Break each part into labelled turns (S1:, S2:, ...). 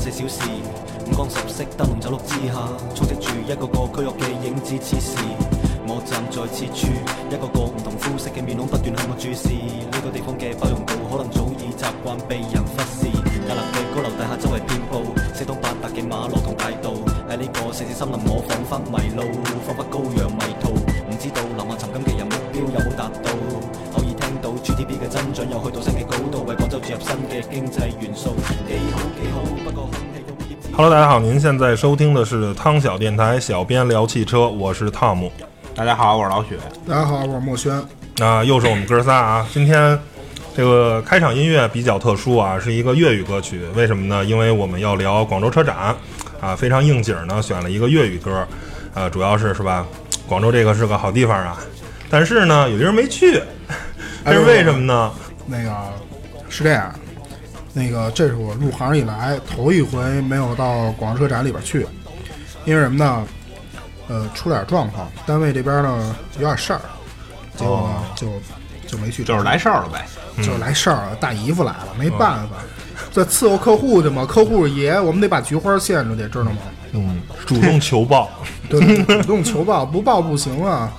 S1: 四小時，五光十色燈籠酒綠之下，充斥住一個個區域嘅影子。此時我站在此處，一個個唔同膚色嘅面孔不斷向我注視。呢、個地方嘅包容度可能早已習慣被人忽視。大樓嘅高樓大廈周圍遍佈，四通八達嘅馬路同大道。喺呢個城市森林，我彷彿迷路，彷彿羔羊迷途，唔知道留下尋根嘅人目標有冇達到。偶爾聽到 GDP 嘅增長又去到新嘅高度，為廣州注入新嘅經濟元素，幾好幾好。不過空氣嘅污染。
S2: Hello，大家好，您现在收听的是汤小电台，小编聊汽车，我是汤姆。
S3: 大家好，我是老许。
S4: 大家好，我是墨轩。
S2: 那、又是我们哥仨啊， 今天这个开场音乐比较特殊啊，是一个粤语歌曲，为什么呢？因为我们要聊广州车展啊，非常应景呢，选了一个粤语歌，啊，主要是是吧？广州这个是个好地方啊，但是呢，有些人没去，
S3: 哎
S2: 这是为什么呢？
S4: 那个是这样，那个这是我入行以来头一回没有到广州车展里边去，因为什么呢？呃，出点状况，单位这边呢有点事儿，结果呢、就就没去。
S3: 哦就是来嗯事儿了呗，
S4: 就是来事儿了，大姨夫来了，没办法，这伺候客户去嘛，客户是爷，我们得把菊花献出去，知道 吗？
S2: 嗯，主动求报，
S4: 对，主动求报，不报不行啊。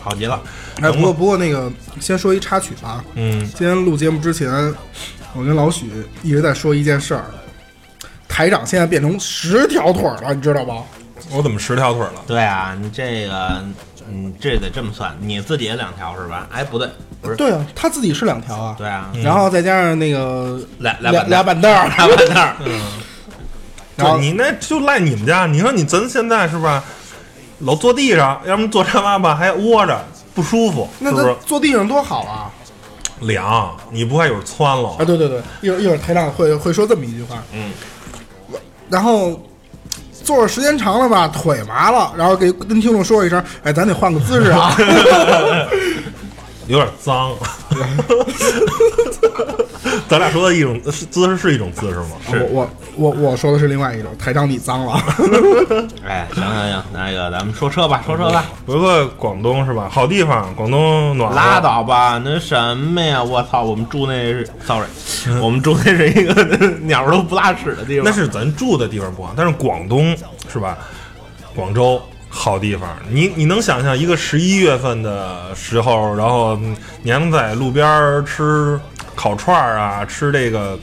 S3: 好极了。
S4: 哎，不过不过那个，先说一插曲吧。
S2: 嗯，
S4: 今天录节目之前，我跟老许一直在说一件事儿。台长现在变成十条腿儿了，你知道吧？
S2: 我怎么十条腿了？
S3: 对啊，你这个，嗯，这得这么算，你自己也两条是吧？哎，不对，不 是，
S4: 对啊，他自己是两条啊。
S3: 对啊，
S4: 然后再加上那个
S3: 俩俩
S4: 俩
S3: 俩
S4: 板凳儿，
S3: 俩板凳 儿，
S4: 然后
S2: 对你那就赖你们家，你说你咱现在是吧，老坐地上，要么坐沙发吧，还窝着不舒服，是
S4: 那
S2: 不
S4: 他
S2: 是？
S4: 坐地上多好啊！
S2: 凉，你不怕有人窜了
S4: 啊，？对对对，一会儿一会儿台长会会说这么一句话。
S3: 嗯，
S4: 然后坐着时间长了吧，腿麻了，然后给跟听众说一声，哎，咱得换个姿势啊。
S2: 有点脏。 咱俩说的一种姿势是一种姿势吗？
S4: 啊我我我我说的是另外一种，台长你脏了。
S3: 哎，行行行，那个咱们说车吧，说车吧，
S2: 不过广东是吧？好地方，广东暖和。
S3: 拉倒吧，那什么呀，我操，我们住那是，sorry，我们住那是一个 鸟都不拉屎的地方，
S2: 那是咱住的地方不好，但是广东是吧？广州好地方，你你能想象一个十一月份的时候，然后你还能在路边儿吃烤串儿啊，吃这个，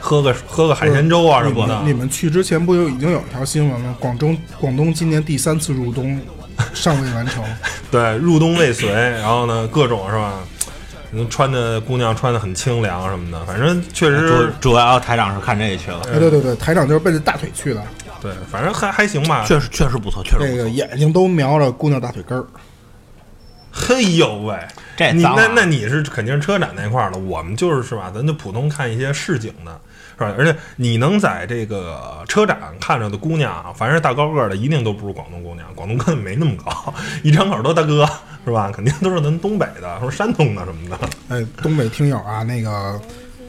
S2: 喝个喝个海鲜粥啊什
S4: 你
S2: 么
S4: 们嗯你
S2: 的。
S4: 们去之前不有已经有一条新闻吗？广东广东今年第三次入冬，尚未完成。
S2: 对，入冬未遂，然后呢，各种是吧？嗯穿的姑娘穿的很清凉什么的，反正确
S3: 哎
S5: 哎
S3: 主
S2: 实
S3: 主要台长是看这个去了，
S4: 哎，对对对，台长就是奔着大腿去的，
S2: 对，反正还还行吧。
S3: 确实确实不错，确实
S4: 那
S3: 不
S4: 个
S3: 错，
S4: 眼睛都瞄着姑娘大腿根儿。
S2: 嘿呦喂，
S3: 这
S2: 你
S3: 脏
S2: 那
S3: 啊
S2: 那你是肯定是车展那块儿了，我们就是是吧？咱就普通看一些市井的，是吧？而且你能在这个车展看着的姑娘啊，凡是大高个儿的，一定都不是广东姑娘，广东根本没那么高，一张口都大哥，是吧？肯定都是咱东北的，说山东的什么的。
S4: 哎，东北听友啊，那个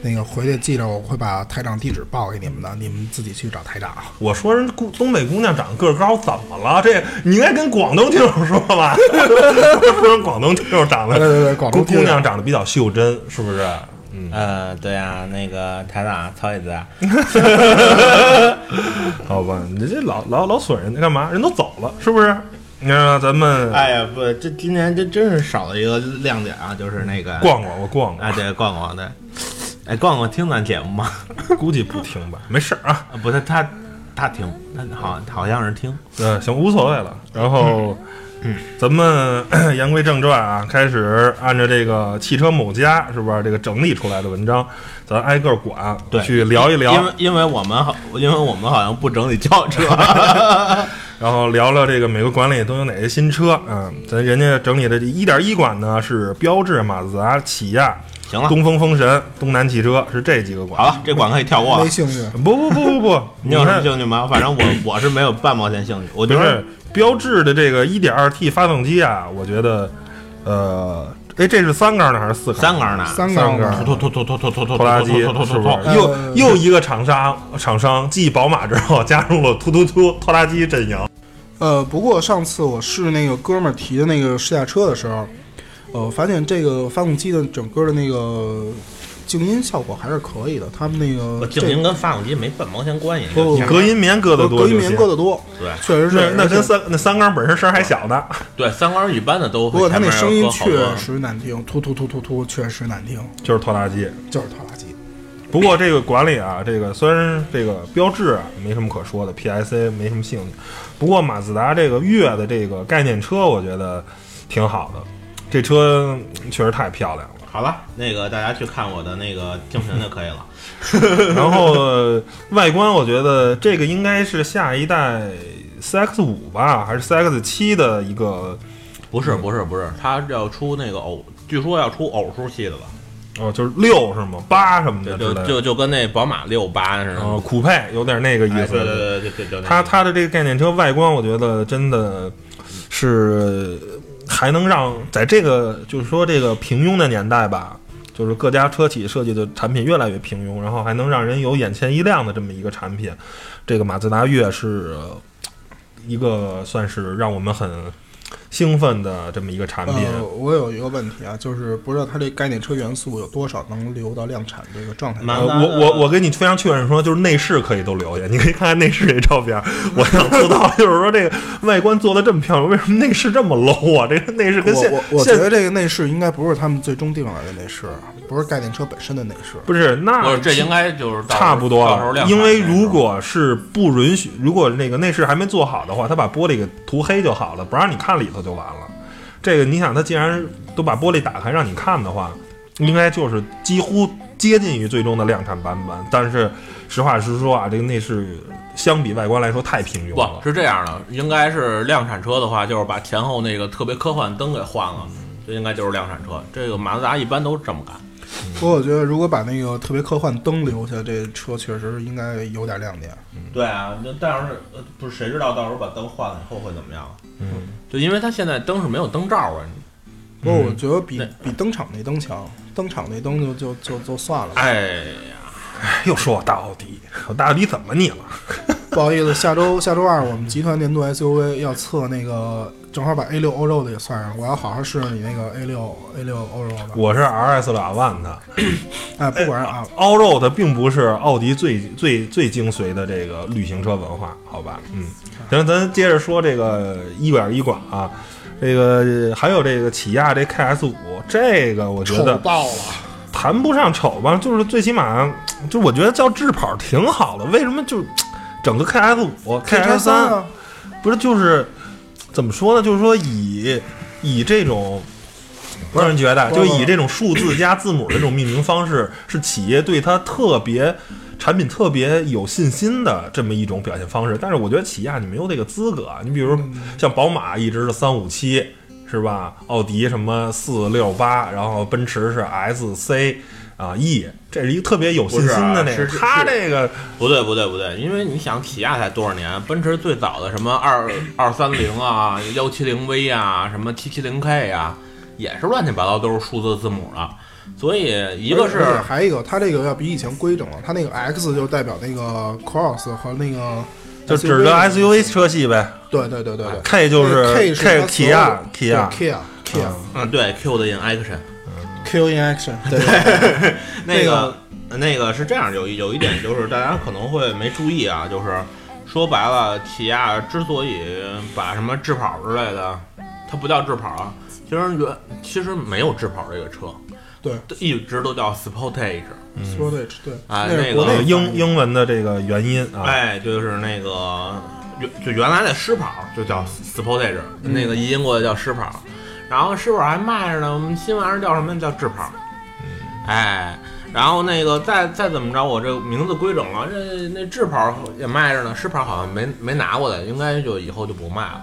S4: 那个回去记着，我会把台长地址报给你们的，你们自己去找台长。
S2: 我说人姑东北姑娘长得个儿高，怎么了？这你应该跟广东听友说吧， 不是广东听友长得，
S4: 对对对广东听
S2: 姑
S4: 友
S2: 娘长得比较袖珍，是不是？嗯，
S3: 呃，对啊，那个台长曹椅子啊，
S2: 好吧，你这老老老损人，干嘛？人都走了，是不是？你看啊咱们
S3: 哎呀，不，这今年这真是少了一个亮点啊，就是那个
S2: 逛逛，我逛
S3: 啊，对，逛逛对，哎，逛逛听咱节目吗？
S2: 逛，估计不听吧，没事儿啊，
S3: 啊不，他他他听，他好好像是听，
S2: 嗯，行，无所谓了。然后，
S3: 嗯
S2: 咱们 言归正传啊，开始按照这个汽车某家是不是这个整理出来的文章，咱挨个管，
S3: 对
S2: 去聊一
S3: 因为
S2: 聊，
S3: 因为我们好，因为我们好像不整理轿车，
S2: 然后聊聊这个每个馆里都有哪些新车。嗯，咱人家整理的这一点一馆呢是标致、马自达、起亚、
S3: 行了，
S2: 东风风神、东南汽车是这几个馆
S3: 好。了，这管可以跳过
S4: 没
S3: 了。
S4: 兴趣。
S2: 不不不不不，
S3: 你有什么
S2: 看
S3: 兴趣吗？反正我我是没有半毛钱兴趣，我
S2: 不
S3: 觉
S2: 是
S3: 得
S2: 标致的这个 1.2T 发动机啊，我觉得，呃，哎，这是三缸的还是四缸？
S3: 三缸呢，
S4: 三
S2: 三
S4: 缸呃
S2: 缸
S4: 吧
S3: 拖拖拖拖拖拖拖
S2: 拖拉
S3: 拖
S2: 机
S3: 拖拖
S2: 是
S3: 拖拖
S2: 不是？又又一个厂商厂商继宝马之后， 加入了突突突拖拉机阵营。
S4: 呃，不过上次我试那个哥们儿提的那个试驾车的时候，呃，我发现这个发动机的整个的那个静音效果还是可以的。他们那个
S5: 我呃静
S4: 这
S5: 音跟发动机没半毛钱关系。
S4: 不不
S2: 你隔音棉隔得多
S4: 隔
S2: 就
S4: 音
S2: 行，
S4: 棉隔得多，
S5: 对
S4: 确实
S2: 那
S4: 是。
S2: 那
S4: 而且
S2: 跟三那三缸本身声儿还小呢，
S5: 对，三缸一般的都
S4: 不
S5: 会
S4: 过他
S5: 前
S4: 那
S5: 面
S4: 声音
S5: 搁好多
S4: 确实难听，突突突突突，确实难听，
S2: 就是拖拉机。
S4: 就是拖拉机。
S2: 不过这个管理啊，这个虽然这个标志啊没什么可说的，PSA 没什么兴趣，不过马自达这个月的这个概念车，我觉得挺好的。这车嗯确实太漂亮 了。
S5: 好了，那个大家去看我的那个精神就可以了。
S2: 然后呃外观，我觉得这个应该是下一代 CX 五吧，还是 CX 七的一个
S5: 不
S2: 嗯
S5: 是不是不是，他要出那个偶，据说要出偶数系的吧？
S2: 哦，就是六是吗？八什么的之
S5: 就
S2: 类的。
S5: 就就跟那宝马六八似的。
S2: 哦，酷配有点那个意
S5: 哎
S2: 思。
S5: 对对对对对对，
S2: 它它的这个概念车外观，我觉得真的是还能让在这个就是说这个平庸的年代吧，就是各家车企设计的产品越来越平庸，然后还能让人有眼前一亮的这么一个产品，这个马自达越是呃一个算是让我们很兴奋的这么一个产品。
S4: 呃，我有一个问题啊，就是不知道它这概念车元素有多少能留到量产这个状态？
S5: 蛮
S2: 呃我我我给你非常确认说，就是内饰可以都留下，你可以看看内饰这照片。我想知道，就是说这个外观做的这么漂亮，为什么内饰这么 low 啊？这个内饰跟现
S4: 我我我觉
S2: 现
S4: 得这个内饰应该不是他们最终定下来的内饰，不是概念车本身的内饰。
S2: 不是
S5: 不
S2: 那
S5: 是这应该就是到
S2: 差不多
S5: 到时候
S2: 了，
S5: 量产
S2: 因为如
S5: 的时候
S2: 果是不允许，如果那个内饰还没做好的话，他把玻璃给涂黑就好了，不让你看里头就完了。这个你想，他既然都把玻璃打开让你看的话，应该就是几乎接近于最终的量产版本。但是实话实说啊，这个内饰相比外观来说太平庸了
S5: 不。是这样的，应该是量产车的话，就是把前后那个特别科幻灯给换了，这应该就是量产车。这个马自达一般都是这么干。
S4: 不过我觉得如果把那个特别科幻灯留下，这车确实应该有点亮点。
S5: 对啊，那但是呃，不是谁知道到时候把灯换了以后会怎么样？
S2: 嗯，
S5: 就因为它现在灯是没有灯罩啊。
S4: 不过我觉得
S2: 嗯
S4: 比
S5: 对
S4: 比登场那灯强，登场那灯就就就就算了吧。
S5: 哎呀，
S2: 又说我大奥迪，我大奥迪怎么你了？
S4: 不好意思，下周下周二我们集团年度 SUV 要测那个，正好把 A 六欧洲的也算上，我要好好试试你那个 A 六 A 六欧洲的。
S2: 我是 RS 两万的，
S4: 哎，不管是啊，
S2: 欧洲它并不是奥迪最最最精髓的这个旅行车文化，好吧？嗯，咱咱接着说这个一点一馆啊，这个还有这个起亚这 KS 五，这个我觉
S4: 丑
S2: 得
S4: 爆了，
S2: 谈不上丑吧，就是最起码就我觉得叫智跑挺好的，为什么就整个 KS 五、KS 三
S4: 啊，
S2: 不是就是怎么说呢？就是说以以这种。个人觉
S5: 嗯
S2: 得，
S4: 不
S2: 就是以这种数字加字母的这种命名方式，是企业对它特别产品特别有信心的这么一种表现方式。但是我觉得起亚你没有这个资格啊，你比如说
S5: 嗯
S2: 像宝马一直是三五七，是吧？奥迪什么四六八，然后奔驰是 S C 啊 E，这是一个特别有信心的那
S5: 不是
S2: 个。
S5: 啊是是
S2: 它这个
S5: 不对不对不对，因为你想起亚才多少年？奔驰最早的什么二二三零啊、幺七零 V 啊、什么七七零 K 啊，也是乱七八糟都是数字字母的。所以一个
S4: 而且
S5: 是
S4: 还有一个，它这个要比以前规整了，它那个 X 就代表那个 Cross 和那个
S2: 就指着啊
S4: SUV
S2: SUV 车系呗
S4: 对对对对对
S2: ，K 就是
S4: K 啊是它所有
S2: K 啊起亚
S4: 对
S2: 起亚
S4: Kia Kia
S5: 嗯对 Q 的 in action。
S2: E
S4: Q in action，对对
S5: 那个那个是这样，有一有一点就是大家可能会没注意啊，就是说白了，起亚之所以把什么智跑之类的，它不叫智跑啊，其实原其实没有智跑这个车，
S4: 对
S5: 一直都叫 Sportage。
S2: 嗯
S4: Sportage 对，
S5: 啊
S4: 那
S5: 那
S4: 是
S5: 个
S4: 国内
S2: 呃
S4: 翻译
S2: 英英文的这个元音啊。
S5: 哎，就是那个原就原来的狮跑就叫 Sportage，、那
S4: 嗯
S5: 个译音过来叫狮跑，然后狮跑还卖着呢，我们新玩意儿叫什么叫智跑，
S4: 嗯
S5: 哎，然后那个再再怎么着，我这名字规整了，这那智跑也卖着呢，狮跑好像没没拿过来，应该就以后就不卖了。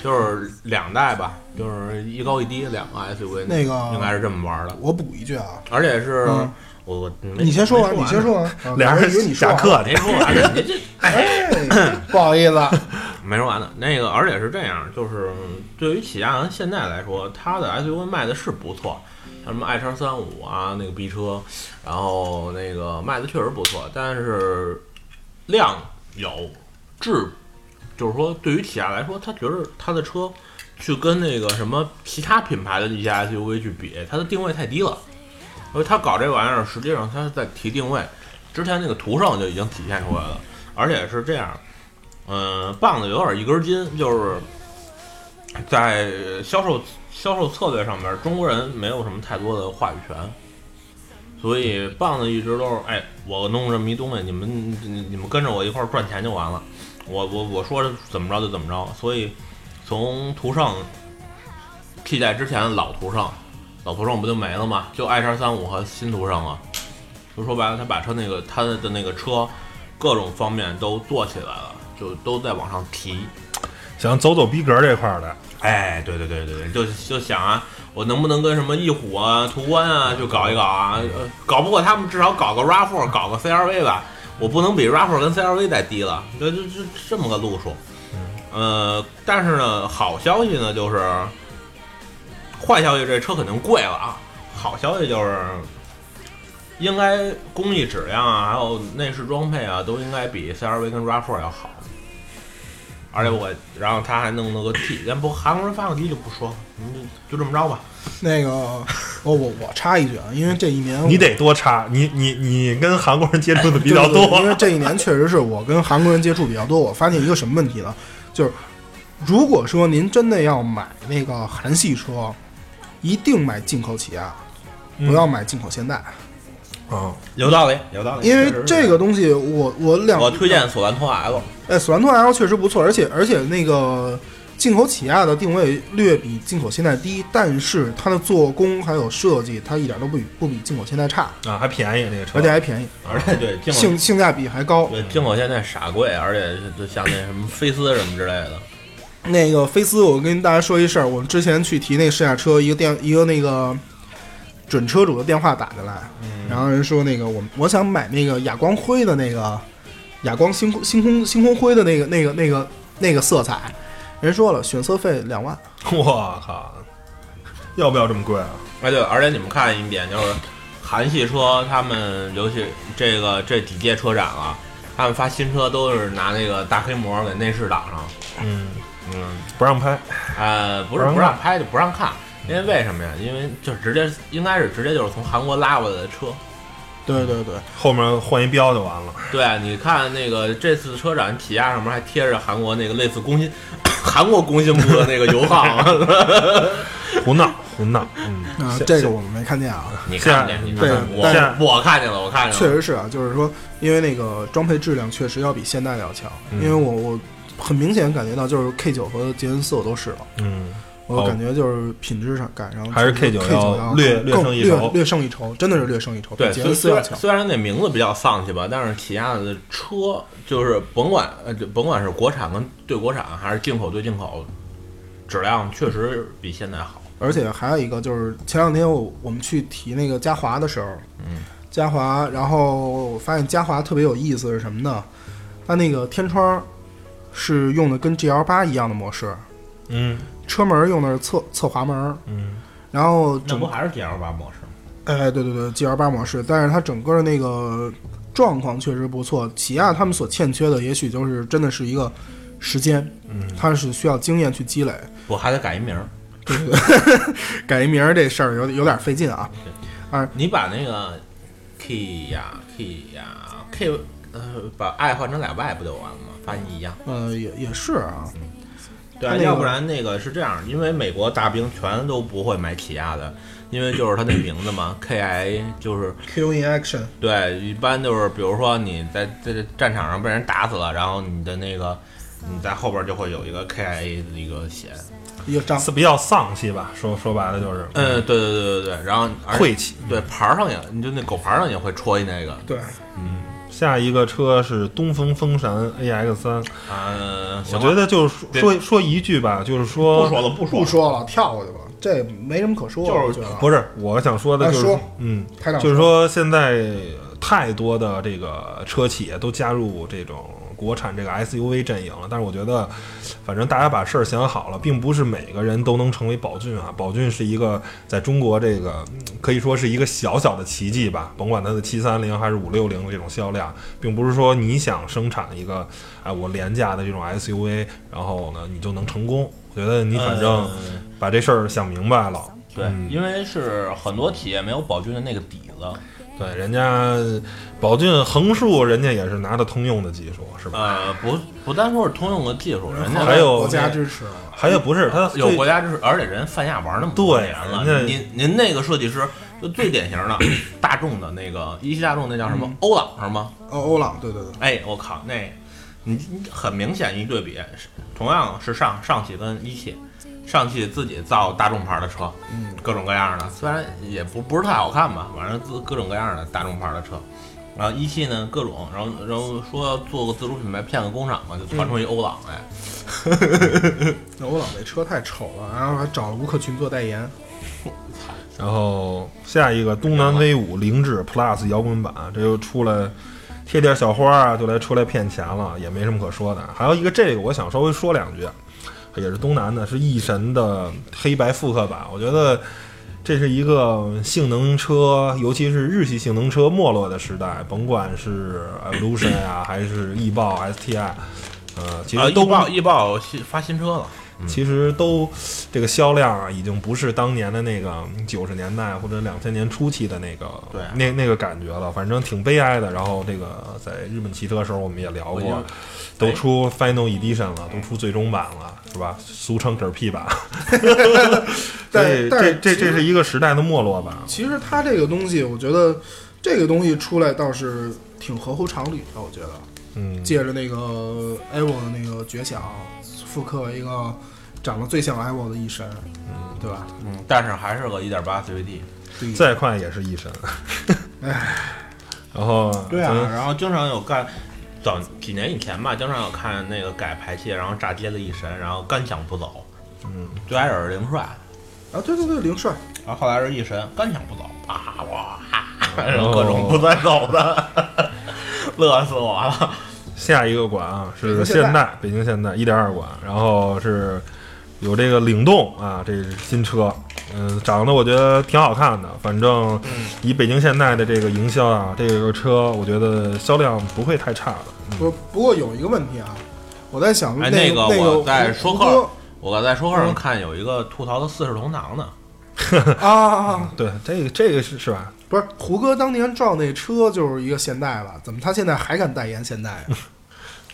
S5: 就是两代吧，就是一高一低两个 SUV，
S4: 那个
S5: 应该是这么玩的，
S4: 我补一句啊，
S5: 而且是、
S4: 嗯
S5: 我我没
S4: 你先说完，
S5: 没
S4: 你先
S5: 呢
S4: 说完，啊
S2: 俩
S4: 我以为
S2: 人
S4: 你
S2: 下
S4: 说完
S2: 课
S5: 没说 完呢，你这
S4: 哎，不好意思，
S5: 没说完呢。那个，而且是这样，就是对于起亚现在来说，它的 SUV 卖的是不错，像什么 i 叉三五啊，那个 B 车，然后那个卖的确实不错，但是量有质，就是说对于起亚来说，他觉得他的车去跟那个什么其他品牌的一些 SUV 去比，它的定位太低了。因为他搞这玩意儿，实际上他是在提定位，之前那个图上就已经体现出来了，而且是这样，嗯、棒子有点一根筋，就是在销售销售策略上面，中国人没有什么太多的话语权，所以棒子一直都是，哎，我弄这么一东西，你们你你们跟着我一块儿赚钱就完了，我我我说怎么着就怎么着，所以从图上替代之前的老途上，老途上不就没了吗？就 i 叉三五和新途上啊。就说白了，他把车那个他的那个车各种方面都做起来了，就都在往上提。
S2: 想走走逼格这块儿的，
S5: 哎，对对对对对，就就想啊，我能不能跟什么翼虎啊、途观啊就搞一搞啊？呃，搞不过他们，至少搞个 RAV4，搞个 CRV 吧。我不能比 RAV4 跟 CRV 再低了，这这这这么个路数。呃，但是呢，好消息呢就是，坏消息这车肯定贵了啊。好消息就是，应该工艺质量啊，还有内饰装配啊，都应该比 CRV 跟 RAV4 要好。而且我，然后他还弄了个 T，咱不韩国人发动机就不说，嗯，就这么着吧。
S4: 那个，我我我插一句啊，因为这一年我
S2: 你得多差，你你你跟韩国人接触的比
S4: 对
S2: 较
S4: 对对
S2: 多，
S4: 因为这一年确实是我跟韩国人接触比较多。我发现一个什么问题呢？就是如果说您真的要买那个韩系车，一定买进口起亚，不要买进口现代，
S2: 嗯，
S5: 有道理，有道
S4: 因为这个东西我我两
S5: 我推荐索兰托 L，
S4: 呃，索兰托 L 确实不错，而且而且那个进口起亚的定位略比进口现代低，但是它的做工还有设计，它一点都不比不比进口现代差，
S2: 啊，还便宜这个车，
S4: 而且还便宜，
S5: 而且对进
S4: 啊性
S5: 口
S4: 性价比还高。
S5: 对进口现在傻贵，而且就像那什么菲斯什么之类的，
S4: 那个菲斯，我跟大家说一事儿，我们之前去提那试驾车，一个电一个那个准车主的电话打进来，然后人说那个我我想买那个哑光灰的那个哑光星空星空星空灰的那个那个那个那个色彩，人说了选色费两万，
S2: 我靠，要不要这么贵啊？
S5: 哎对，而且你们看一点就是，韩系车他们尤其这个这几届车展了，他们发新车都是拿那个大黑膜给内饰挡上，
S2: 嗯，
S5: 嗯，
S2: 不让拍，
S5: 呃，不是
S4: 嗯
S2: 不让看
S5: 不让拍就不让看，因为为什么呀？因为就直接应该是直接就是从韩国拉过来的车，
S4: 对对对，
S2: 后面换一标就完了。
S5: 对，啊你看那个这次车展起亚上面还贴着韩国那个类似工信 韩国工信部的那个油 耗，
S2: 胡闹 胡闹，嗯，
S4: 啊、
S2: 现
S4: 这个我们没看见啊，
S5: 你看见你看
S4: 对
S5: 见
S2: 但是
S5: 我我看见了，我看见
S4: 确
S5: 了。
S4: 实是啊，就是说，因为那个装配质量确实要比现代的要强，
S2: 嗯
S4: 因为我我很明显感觉到，就是 K 九和捷恩四我都试了，
S2: 嗯，
S4: 我
S2: 哦
S4: 感觉就是品质上赶上
S2: 还是 K9
S4: K
S2: 要
S4: 要
S2: 略略
S4: 更
S2: 胜一筹
S4: 略略胜一筹，真的是略胜一筹，比
S5: 对，
S4: 捷
S5: 虽
S4: 恩四
S5: 虽
S4: 要
S5: 然
S4: 强。
S5: 虽然那名字比较丧气吧，但是起亚的车就是甭管呃就甭管是国产跟对国产还是进口对进口，质量确实比现在好。
S4: 而且还有一个就是前两天我我们去提那个嘉华的时候，
S5: 嗯，
S4: 嘉华，然后我发现嘉华特别有意思是什么呢？它那个天窗是用的跟 GL 八一样的模式，
S2: 嗯
S4: 车门用的是侧侧滑门，
S2: 嗯，
S4: 然后
S5: 那
S4: 整
S5: 不还是 GL 八模式？
S4: 哎，对对对，G L 八模式，但是它整个的那个状况确实不错。起亚他们所欠缺的，也许就是真的是一个时间，嗯，它是需要经验去积累。
S5: 不还得改一名儿？
S4: 改一名儿这事儿有有点费劲啊。
S5: 你把那个 K 呀 K 呀 K 呃把 I 换成俩 Y 不就完了吗？发音一样。
S4: 呃，也也是啊，他
S5: 对啊，
S4: 那个
S5: 要不然那个是这样，因为美国大兵全都不会买起亚的，因为就是他那名字嘛，KIA 就是
S4: Q in action，
S5: 对，一般就是比如说你在在在战场上被人打死了，然后你的那个你在后边就会有一个 KIA 的一个写，
S4: 一个章
S2: 是比较丧气吧？说说白了就是，
S4: 呃
S5: 嗯，，对对对对对，然后而
S2: 晦气。
S5: 对牌儿上也，你就那狗牌儿上也会戳一那个，
S4: 对，
S2: 下一个车是东风风神 AX 三，
S5: 嗯，
S2: 我
S5: 行
S2: 觉
S5: 了
S2: 得就是
S5: 别
S2: 说说一句吧，就是说
S5: 不说了不说
S4: 不
S5: 了，
S4: 说了，跳过去吧，这没什么可说的，
S5: 就是
S4: 我觉得
S2: 不是，我想说的就是，
S4: 啊说
S2: 嗯，
S4: 开场
S2: 就是说现在太多的这个车企也都加入这种国产这个 SUV 阵营了，但是我觉得，反正大家把事儿想好了，并不是每个人都能成为宝骏啊。宝骏是一个在中国这个嗯可以说是一个小小的奇迹吧，甭管它的七三零还是五六零这种销量，并不是说你想生产一个哎我廉价的这种 SUV，然后呢你就能成功。我觉得你反正
S5: 嗯
S2: 把这事儿想明白了，
S5: 对，因为是很多企业没有宝骏的那个底子，
S2: 啊对，人家宝骏横竖人家也是拿的通用的技术，是吧？
S5: 呃，不不单说是通用的技术，人家
S2: 还有
S4: 国家支持，
S2: 还有不是他
S5: 有
S2: 最
S5: 国家支持，而且人泛亚玩那么多年了。
S2: 对人家
S5: 您您那个设计师就最典型的大众的那个一汽大众那叫什
S2: 嗯
S5: 么欧朗是吗？
S4: 哦，欧朗，对对对，
S5: 哎，我靠，那你你很明显一对比，是同样是上上汽跟一汽，上汽自己造大众牌的车，嗯，各种各样的，虽然也不不是太好看吧，反正各各种各样的大众牌的车。然后一汽呢，各种，然后然后说做个自主品牌骗个工厂嘛，就传
S2: 嗯
S5: 出一欧朗来，
S4: 那欧朗那车太丑了，然后还找了吴克群做代言，
S2: 然后下一个东南 V 五凌志 Plus 摇滚版，这又出来贴点小花啊，就来出来骗钱了，也没什么可说的。还有一个这个，我想稍微说两句，也是东南的，是翼神的黑白复刻版，我觉得。这是一个性能车，尤其是日系性能车没落的时代，甭管是 Evolution 啊，还是翼豹、STI，呃，其
S5: 啊，
S2: 实都
S5: 易豹易豹新发新车了，
S2: 其实都这个销量啊，已经不是当年的那个九十年代或者两千年初期的那个
S5: 对
S4: 啊
S2: 那那个感觉了，反正挺悲哀的。然后这个在日本汽车的时候，我们也聊
S5: 我觉
S2: 过
S5: 得，
S4: 哎
S2: 都出 Final Edition 了，
S4: 嗯
S2: 都出最终版了，是吧？俗称嗝 屁版。所
S4: 但
S2: 以这
S4: 但是
S2: 这
S4: 其
S2: 这
S4: 实
S2: 是一个时代的没落吧？
S4: 其实它这个东西，我觉得这个东西出来倒是挺合乎常理的，我觉得。
S2: 嗯，
S4: 借着那个 Evo 的那个绝响，复刻一个长得最像 Evo 的一神，对吧？
S5: 嗯，但是还是个一点八 CVT。
S4: 对
S2: 再快也是一身。 然后
S5: 对啊
S2: 咱，
S5: 然后经常有干，早几年以前吧，经常有看那个改排气，然后炸街了一身，然后干抢不走。嗯，最开始是凌帅，
S4: 啊，对对对，凌帅，
S5: 然后后来是一身干抢不走，啊哇， 然后各种不算走的， 乐死我了。
S2: 下一个馆啊是
S4: 北京
S2: 现
S4: 现代
S2: 代，北京现代一点二馆，然后是有这个领动啊，这是新车，嗯，长得我觉得挺好看的，反正
S4: 嗯
S2: 以北京现代的这个营销啊，这个车我觉得销量不会太差的。
S4: 不不过有一个问题啊，我在想
S5: 嗯哎，
S4: 那
S5: 个
S4: 那
S5: 我在说
S4: 胡
S5: 客
S4: 歌，
S5: 我在说客上看有一个吐槽的四世同堂呢，
S4: 啊啊，啊
S2: 对，这个这个是是吧？
S4: 不是胡歌当年撞那车就是一个现代吧？怎么他现在还敢代言现代啊？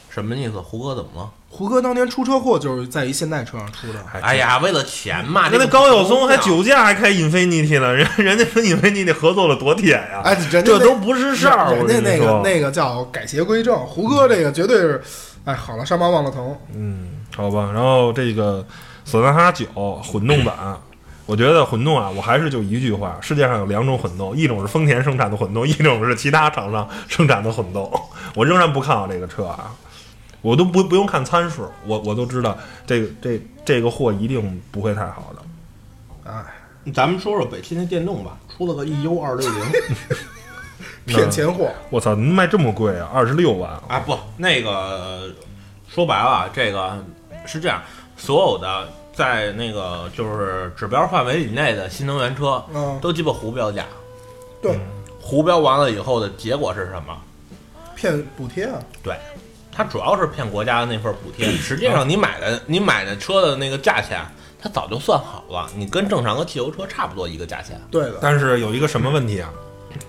S5: 什么意思？胡歌怎么了？
S4: 胡歌当年出车祸就是在一现代车上出的，
S5: 哎呀，为了钱嘛，
S2: 人
S5: 这
S2: 家
S5: 个
S2: 高晓
S4: 啊
S2: 松还
S5: 不重要啊
S2: 酒驾还开 Infinity 呢，人人家跟 Infinity 合作了多铁呀、
S4: 哎，人家
S2: 这
S4: 那
S2: 都不是事儿。我
S4: 人
S2: 跟
S4: 家
S2: 你
S4: 那
S2: 说
S4: 个那个叫改邪归正，胡歌这个绝对是，哎，好了，伤疤忘了疼，
S2: 嗯，好吧。然后这个索纳塔九混动版，我觉得混动啊，我还是就一句话：世界上有两种混动，一种是丰田生产的混动，一种是其他厂商生产的混动。 我仍然不看好这个车啊，我都不不用看参数，我我都知道这个这这个货一定不会太好的。
S4: 哎，
S5: 咱们说说北汽那电动吧，出了个 EU 二六零。
S2: 嗯
S4: 骗钱货。
S2: 我操，能卖这么贵啊？二十六万，
S5: 啊，不，那个说白了啊，这个是这样，所有的在那个就是指标范围以内的新能源车，
S4: 嗯
S5: 都鸡巴胡标价，
S4: 对，
S2: 嗯
S5: 胡标完了以后的结果是什么？
S4: 骗补贴啊，
S5: 对，它主要是骗国家的那份补贴，实际上你买的你买的车的那个价钱，它早就算好了，你跟正常的汽油车差不多一个价钱。
S4: 对的，
S2: 但是有一个什么问题啊？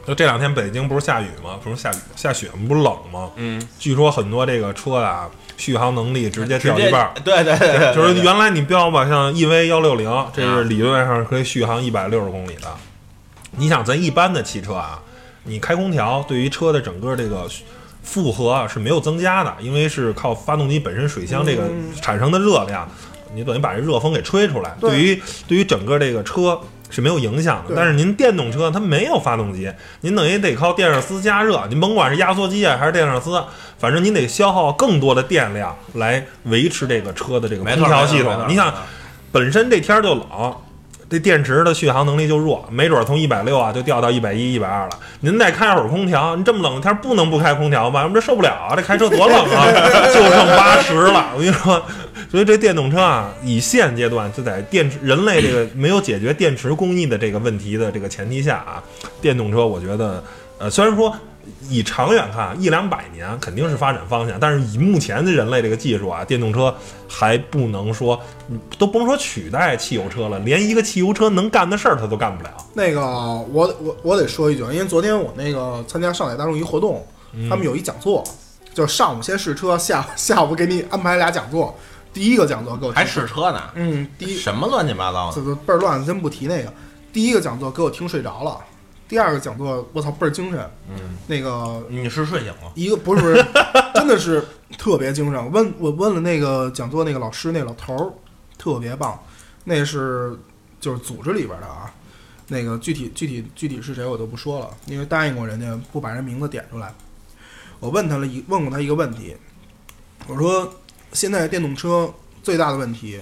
S2: 就这两天北京不是下雨吗？不是下雨下雪吗，不是冷吗？
S5: 嗯，
S2: 据说很多这个车啊，续航能力直接
S5: 直
S2: 掉
S5: 接
S2: 一半儿。
S5: 对对对对，
S2: 就是
S5: 对啊
S2: 原来你标吧，像 EV 幺六零，这是理论上是可以续航一百六十公里的。你想，咱一般的汽车啊，你开空调对于车的整个这个负荷啊是没有增加的，因为是靠发动机本身水箱这个产生的热量，你等于把这热风给吹出来，
S4: 嗯对
S2: 对于对于整个这个车。是没有影响的，
S4: 对
S2: 但是您电动车它没有发动机，您等于得靠电热丝加热，您甭管是压缩机啊还是电热丝，反正您得消耗更多的电量来维持这个车的这个
S5: 没
S2: 空
S5: 错
S2: 调
S5: 没错
S2: 系
S5: 没
S2: 统
S5: 错。
S2: 你想，本身这天儿就冷，这电池的续航能力就弱，没准儿从一百六啊就掉到一百一、一百二了。您再开会儿空调，您这么冷的天儿不能不开空调吧？我们这受不了啊，这开车多冷 啊，就剩八十了。我跟你说，所以这电动车啊，以现阶段就在电池人类这个没有解决电池工艺的这个问题的这个前提下啊，电动车我觉得，呃，虽然说以长远看，一两百年肯定是发展方向，但是以目前的人类这个技术啊，电动车还不能说，都甭说取代汽油车了，连一个汽油车能干的事儿它都干不了。
S4: 那个，我我我得说一句，啊因为昨天我那个参加上海大众一活动，
S2: 嗯
S4: 他们有一讲座，就是上午先试车，下 下午给你安排俩讲座。第一个讲座给我听
S5: 还试车呢，
S4: 嗯，第一
S5: 什么乱七八糟的
S4: 这，都倍儿乱，先不提那个。第一个讲座给我听睡着了，第二个讲座我操倍儿精神，嗯，那个
S5: 你是睡醒了？
S4: 一个不是不是，真的是特别精神。问我问了那个讲座那个老师，那老头儿特别棒，那是就是组织里边的啊。那个具体具体具体是谁我都不说了，因为答应过人家不把人名字点出来。我问他了一问过他一个问题，我说现在电动车最大的问题，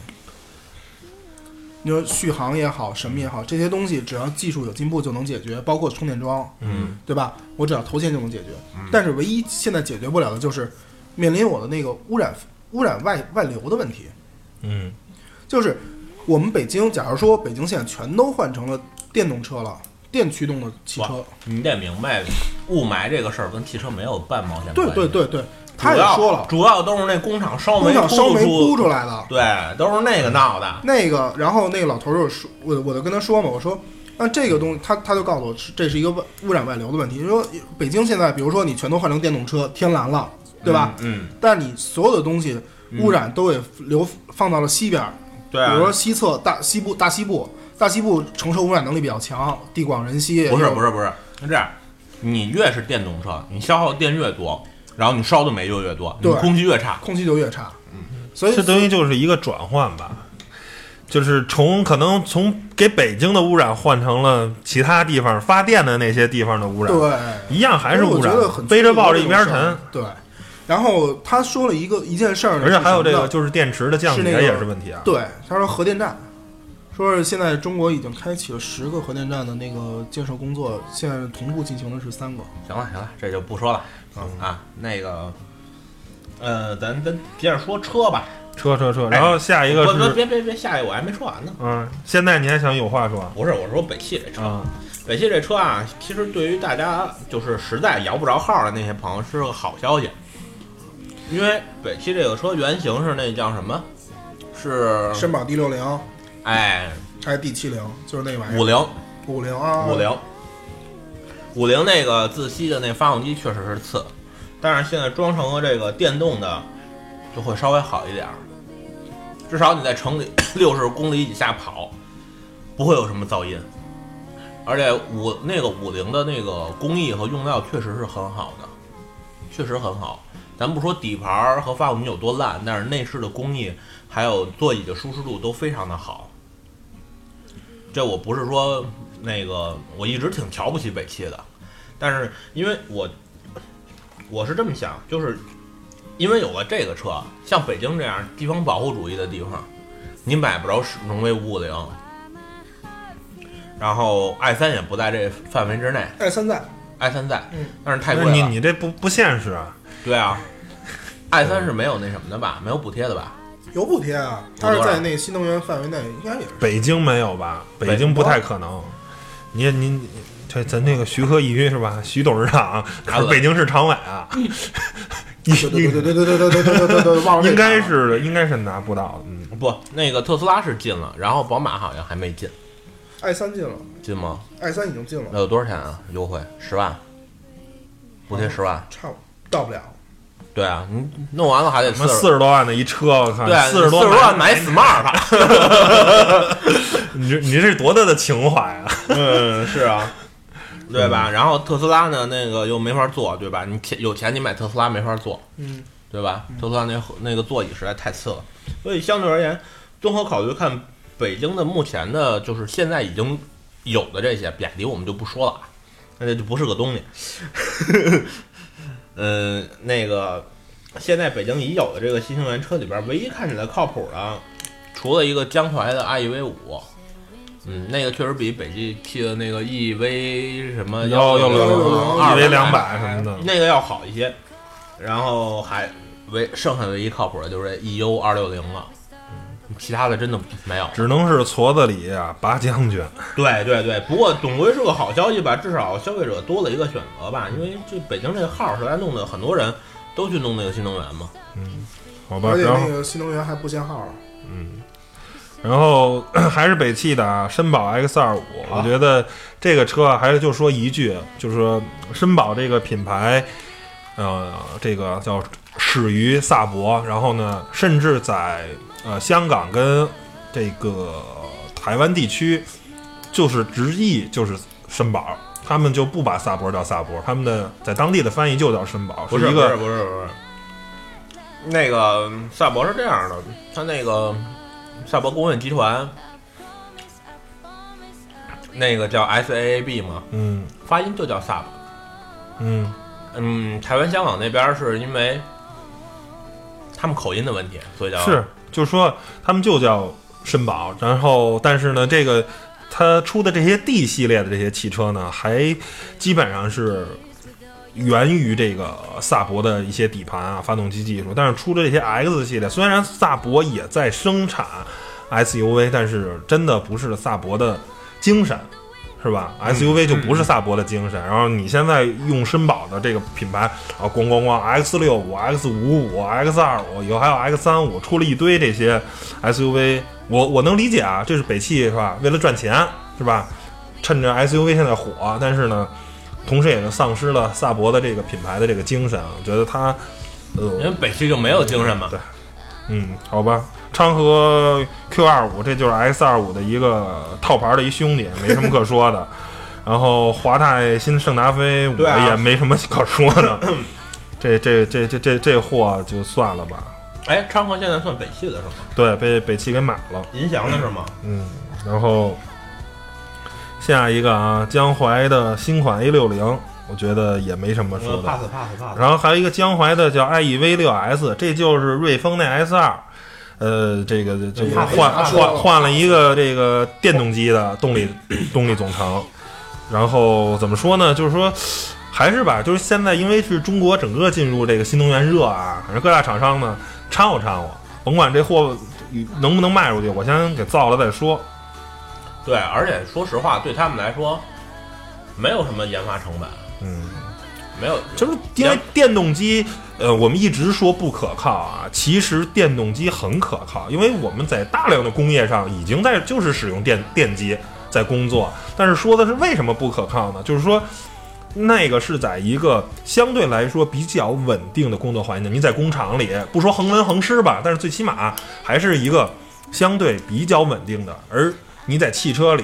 S4: 你说续航也好，什么也好，这些东西只要技术有进步就能解决，包括充电桩，
S2: 嗯，
S4: 对吧？我只要投钱就能解决。
S5: 嗯
S4: 但是唯一现在解决不了的就是面临我的那个污染污染外外流的问题。
S2: 嗯，
S4: 就是我们北京，假如说北京现在全都换成了电动车了，电驱动的汽车，
S5: 你得明白，雾霾这个事儿跟汽车没有半毛钱关
S4: 对
S5: 系。
S4: 对对对，
S5: 主
S4: 他也
S5: 要，
S4: 说了，
S5: 主要都是那工厂烧
S4: 工
S5: 煤
S4: 厂烧煤
S5: 出
S4: 铺出来的。
S5: 对，都是那个闹的。
S4: 那个，然后那个老头儿就说，我我就跟他说嘛，我说，那这个东西，他他就告诉我，是嗯这是一个外污染外流的问题。你说北京现在，比如说你全都换成电动车，天蓝了，对吧？
S5: 嗯，
S4: 但你所有的东西污染都得流放到了西边儿，
S5: 对啊
S4: 比如说西侧大西部大西部，大西部承受污染能力比较强，地广人稀。
S5: 不是不是不是，是这样，你越是电动车，你消耗电越多，然后你烧的煤就越多，你
S4: 对
S5: 空气越差。
S4: 空气就越差。所以
S2: 这东西嗯就是一个转换吧，就是从可能从给北京的污染换成了其他地方发电的那些地方的污染，
S4: 对
S2: 一样还是
S4: 所以
S2: 污
S4: 我觉
S2: 染
S4: 得很，
S2: 背着抱着一
S4: 边
S2: 边沉。。
S4: 对，然后他说了一个一件事儿呢，
S2: 而且还有
S4: 是
S2: 这
S4: 什么
S2: 个
S4: 呢
S2: 就是电池的降
S4: 是
S2: 解
S4: 那个
S2: 也是问题啊。
S4: 对，他说核电站，说是现在中国已经开启了十个核电站的那个建设工作，现在同步进行的是三个。
S5: 行了行了，这就不说了、
S4: 嗯
S5: 啊。那个，呃，咱咱接着说车吧。
S2: 车车车，
S5: 哎
S2: 然后下一个
S5: 不不
S2: 是，
S5: 别别别，下一个我还没说完呢。
S2: 嗯，现在你还想有话说啊
S5: 不是，我说北汽这车，
S2: 啊？
S5: 北汽这车啊，其实对于大家就是实在摇不着号的那些朋友是个好消息，因为北汽这个车原型是那叫什么？是
S4: 绅宝 D 六零
S5: 哎
S4: 还是 D 七零，就是那玩意
S5: 五
S4: 儿，
S5: 菱
S4: 五零啊，
S5: 五菱，五菱那个自吸的那发动机确实是次，但是现在装成了这个电动的，就会稍微好一点儿。至少你在城里六十公里以下跑，不会有什么噪音。而且五那个五菱的那个工艺和用料确实是很好的，确实很好。咱不说底盘儿和发动机有多烂，但是内饰的工艺还有座椅的舒适度都非常的好。这我不是说那个，我一直挺瞧不起北汽的，但是因为我我是这么想，就是因为有了这个车，啊像北京这样地方保护主义的地方，你买不着荣威五五零，然后 i 三也不在这范围之内
S4: 哎，现在
S5: ，i 三在
S4: 嗯，
S5: 但是太贵
S2: 那
S5: 了。
S2: 你你这不不现实啊？
S5: 对啊，i 三是没有那什么的吧？没有补贴的吧？
S4: 有补贴啊，
S5: 多
S4: 它
S5: 少
S4: 是在那新能源范围内，应该也是。
S2: 北京没有吧？北京不太可能。你你你这咱那个徐科仪是吧？徐董事长
S5: 他了
S2: 北京市常委啊，应
S4: 对对对对对对对对对对对，忘了这个啊
S2: 应该是应该是拿不到的。嗯，
S5: 不，那个特斯拉是进了，然后宝马好像还没进，
S4: i 三进了
S5: 进吗？
S4: ，i 三已经进了，
S5: 那有多少钱啊？优惠十万，补贴十万。
S4: 差不到不了。
S5: 对啊，你弄完了还得
S2: 什么
S5: 40
S2: 四十多万的一车，我靠
S5: 对，，
S2: 四十多
S5: 四十万买
S2: 买，
S5: smart。
S2: 你这你这是多大的情怀啊！
S5: 嗯，是啊，对吧？然后特斯拉呢，那个又没法做，对吧？你钱有钱你买特斯拉没法做，
S4: 嗯，
S5: 对吧？特斯拉那那个座椅实在太次了，所以相对而言，综合考虑看，北京的目前的就是现在已经有的这些，比亚迪我们就不说了啊，那这就不是个东西。嗯，那个现在北京已有的这个新能源车里边，唯一看起来靠谱的，除了一个江淮的 iEV 五。嗯，那个确实比北汽汽的那个 EV 什么
S2: 幺
S5: 幺
S2: 幺
S5: 六
S2: 六
S4: 160
S2: 六
S5: 二
S2: 一 v
S5: 两
S2: 两百什么的，
S5: 那个要好一些，E 然后还唯剩下唯一靠谱的就是 EU 二六零了，嗯其他的真的没有。
S2: 只能是矬子里啊拔将军。
S5: 对对对，不过总归是个好消息吧，至少消费者多了一个选择吧，因为这北京这个号是来弄的，很多人都去弄那个新能源嘛。
S2: 好吧，
S4: 嗯而且
S2: 然
S4: 那
S2: 后
S4: 个新能源还不限号了，
S2: 嗯然后 还是北汽的啊，绅宝 X 二五，我觉得这个车啊还是就说一句，就是说绅宝这个品牌，呃，这个叫始于萨博，然后呢，甚至在呃香港跟这个台湾地区，就是直译就是绅宝。他们就不把萨博叫萨博，他们的在当地的翻译就叫绅宝，
S5: 不
S2: 是一
S5: 不
S2: 个
S5: 是不是不是，那个赛博是这样的，他那个赛博工业集团，那个叫 SAAB 嘛，
S2: 嗯
S5: 发音就叫 Sub。
S2: 嗯
S5: 嗯，台湾、香港那边是因为他们口音的问题，所以叫
S2: 是，就是说他们就叫绅宝，然后但是呢，这个它出的这些 D 系列的这些汽车呢，还基本上是源于这个萨博的一些底盘啊、发动机技术，但是出的这些 X 系列，虽然萨博也在生产 SUV，但是真的不是萨博的精神。是吧？SUV 就不是萨博的精神。然后你现在用绅宝的这个品牌啊，咣咣咣，X 六五、X 五五、X 二五，以后还有 X 三五，出了一堆这些 SUV。我我能理解啊，这是北汽是吧？为了赚钱是吧？趁着 SUV 现在火，但是呢，同时也就丧失了萨博的这个品牌的这个精神。我觉得它，
S5: 因
S2: 呃，
S5: 为北汽就没有精神嘛。
S2: 对嗯，好吧，昌河 Q 二五，这就是 X 二五的一个套牌的一兄弟，没什么可说 的。然后华泰新圣达菲，我
S5: 对啊
S2: 也没什么可说 的。这这这这这这货就算了吧。
S5: 哎，昌河现在算北汽的是吗？
S2: 对，被北汽给买了。
S5: 银翔的是吗？
S2: 嗯，然后下一个啊，江淮的新款 A 六零，我觉得也没什么
S5: 嗯
S2: 说的。
S5: pass pass pass。
S2: 然后还有一个江淮的叫 IEV 六 S，这就是瑞风那 S 二，呃，这个这个
S5: 怕
S2: 换
S4: 怕说
S2: 换
S4: 了
S2: 换了一个这个电动机的动力 动力总成。然后怎么说呢？就是说。还是吧，就是现在，因为是中国整个进入这个新能源热啊，反正各大厂商呢掺和掺和，甭管这货能不能卖出去，我先给造了再说。
S5: 对，而且说实话，对他们来说，没有什么研发成本，
S2: 嗯，
S5: 没有
S2: 就是因为电动机，呃，我们一直说不可靠啊，其实电动机很可靠，因为我们在大量的工业上已经在就是使用电电机在工作。但是说的是为什么不可靠呢？就是说。那个是在一个相对来说比较稳定的工作环境，你在工厂里不说恒温恒湿吧，但是最起码还是一个相对比较稳定的。而你在汽车里